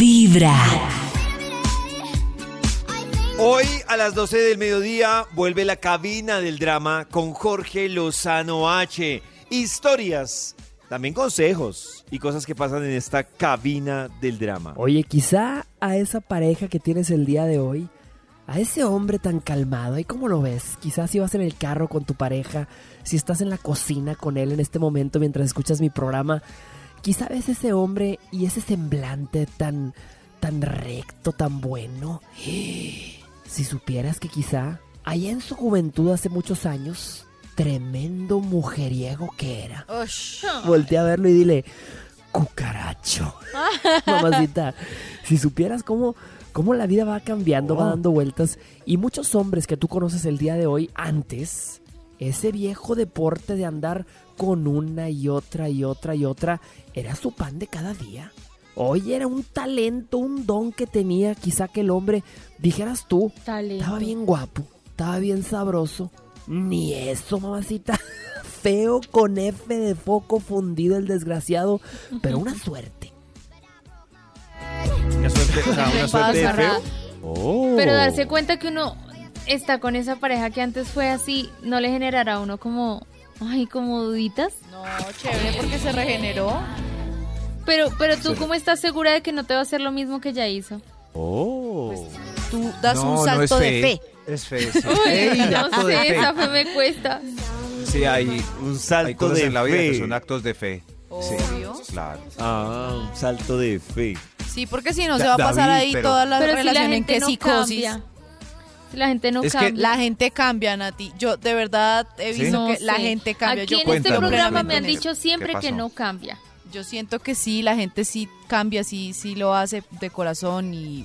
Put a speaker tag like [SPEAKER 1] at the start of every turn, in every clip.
[SPEAKER 1] Vibra.
[SPEAKER 2] Hoy a las 12 del mediodía vuelve la cabina del drama con Jorge Lozano H. Historias, también consejos y cosas que pasan en esta cabina del drama.
[SPEAKER 3] Oye, quizá a esa pareja que tienes el día de hoy, a ese hombre tan calmado, ¿y cómo lo ves? Quizás si vas en el carro con tu pareja, si estás en la cocina con él en este momento mientras escuchas mi programa, quizá ves ese hombre y ese semblante tan tan recto, tan bueno. Si supieras que quizá allá en su juventud hace muchos años, tremendo mujeriego que era. Volté a verlo y dile, cucaracho. Mamacita, si supieras cómo, cómo la vida va cambiando, va dando vueltas, y muchos hombres que tú conoces el día de hoy antes, ese viejo deporte de andar con una y otra y otra y otra, era su pan de cada día. Hoy era un talento, un don que tenía, quizá que el hombre, dijeras tú,
[SPEAKER 4] Talento.
[SPEAKER 3] estaba bien guapo, estaba bien sabroso. Ni eso, mamacita. Feo con F de foco fundido el desgraciado, pero una suerte.
[SPEAKER 2] Una suerte, o sea,
[SPEAKER 4] Me
[SPEAKER 2] una suerte de
[SPEAKER 4] pasa,
[SPEAKER 2] feo.
[SPEAKER 4] Ra.
[SPEAKER 2] Oh,
[SPEAKER 4] Pero darse cuenta que uno está con esa pareja que antes fue así, ¿no le generará a uno como, ay, como duditas?
[SPEAKER 5] No, chévere, porque se regeneró.
[SPEAKER 4] Pero, pero tú, ¿cómo estás segura de que no te va a hacer lo mismo que ya hizo?
[SPEAKER 2] oh.
[SPEAKER 5] Tú das
[SPEAKER 6] No,
[SPEAKER 5] un
[SPEAKER 6] no
[SPEAKER 5] salto
[SPEAKER 6] es
[SPEAKER 5] de
[SPEAKER 6] fe.
[SPEAKER 5] fe.
[SPEAKER 6] Es fe, sí.
[SPEAKER 4] Uy,
[SPEAKER 6] Ey,
[SPEAKER 4] no
[SPEAKER 6] acto de
[SPEAKER 4] sé,
[SPEAKER 6] fe.
[SPEAKER 4] esa fe me cuesta.
[SPEAKER 6] Sí, hay,
[SPEAKER 2] Un
[SPEAKER 6] hay
[SPEAKER 2] salto
[SPEAKER 6] cosas
[SPEAKER 2] de
[SPEAKER 6] en la vida
[SPEAKER 2] fe.
[SPEAKER 6] que son actos de fe.
[SPEAKER 5] Obvio.
[SPEAKER 6] Sí, claro.
[SPEAKER 2] Ah, un salto de fe.
[SPEAKER 5] Sí, porque si no
[SPEAKER 6] Da-
[SPEAKER 5] se va a pasar
[SPEAKER 6] David,
[SPEAKER 5] ahí
[SPEAKER 6] pero-
[SPEAKER 5] toda la
[SPEAKER 4] Pero si la
[SPEAKER 5] relación en
[SPEAKER 4] gente
[SPEAKER 5] que
[SPEAKER 4] no
[SPEAKER 5] psicosis.
[SPEAKER 4] cambia, si la gente no
[SPEAKER 6] Es que-
[SPEAKER 4] cambia.
[SPEAKER 5] La gente cambia, Nati. Yo de verdad he
[SPEAKER 6] ¿Sí?
[SPEAKER 5] visto
[SPEAKER 4] No
[SPEAKER 5] que la
[SPEAKER 4] sé.
[SPEAKER 5] gente cambia.
[SPEAKER 4] Aquí
[SPEAKER 5] Yo,
[SPEAKER 4] en este
[SPEAKER 6] Cuéntame,
[SPEAKER 4] programa
[SPEAKER 6] cuéntame.
[SPEAKER 4] me han
[SPEAKER 6] ¿Qué
[SPEAKER 4] dicho siempre que
[SPEAKER 6] pasó?
[SPEAKER 4] no cambia.
[SPEAKER 5] yo siento que sí, la gente sí cambia, sí, sí lo hace de corazón y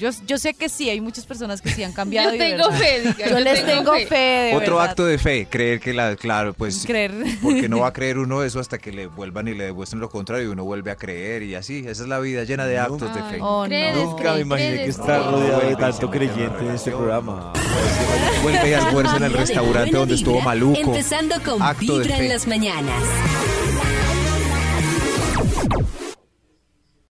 [SPEAKER 5] yo, yo sé que sí, hay muchas personas que sí han cambiado.
[SPEAKER 4] Yo
[SPEAKER 5] y de
[SPEAKER 4] tengo
[SPEAKER 5] verdad.
[SPEAKER 4] fe, diga,
[SPEAKER 5] Yo les tengo fe. de
[SPEAKER 6] Otro
[SPEAKER 5] verdad.
[SPEAKER 6] acto de fe, creer que la, claro, pues
[SPEAKER 5] Creer.
[SPEAKER 6] porque no va a creer uno eso hasta que le vuelvan y le demuestren lo contrario y uno vuelve a creer y así, esa es la vida llena de actos de fe.
[SPEAKER 5] Oh,
[SPEAKER 4] Cree,
[SPEAKER 5] no.
[SPEAKER 2] Nunca me
[SPEAKER 4] descree,
[SPEAKER 2] imaginé
[SPEAKER 4] cree,
[SPEAKER 2] que estar
[SPEAKER 4] descree.
[SPEAKER 2] rodeado de
[SPEAKER 6] Vuelve y
[SPEAKER 2] tanto
[SPEAKER 6] se mete en
[SPEAKER 2] creyente en este
[SPEAKER 6] relación.
[SPEAKER 2] programa.
[SPEAKER 6] Vuelve y almuerza en el
[SPEAKER 1] Cabina de
[SPEAKER 6] restaurante
[SPEAKER 1] buena
[SPEAKER 6] donde estuvo
[SPEAKER 1] vibra,
[SPEAKER 6] maluco.
[SPEAKER 1] Empezando con
[SPEAKER 6] Acto de
[SPEAKER 1] Vibra en
[SPEAKER 6] fe.
[SPEAKER 1] las mañanas.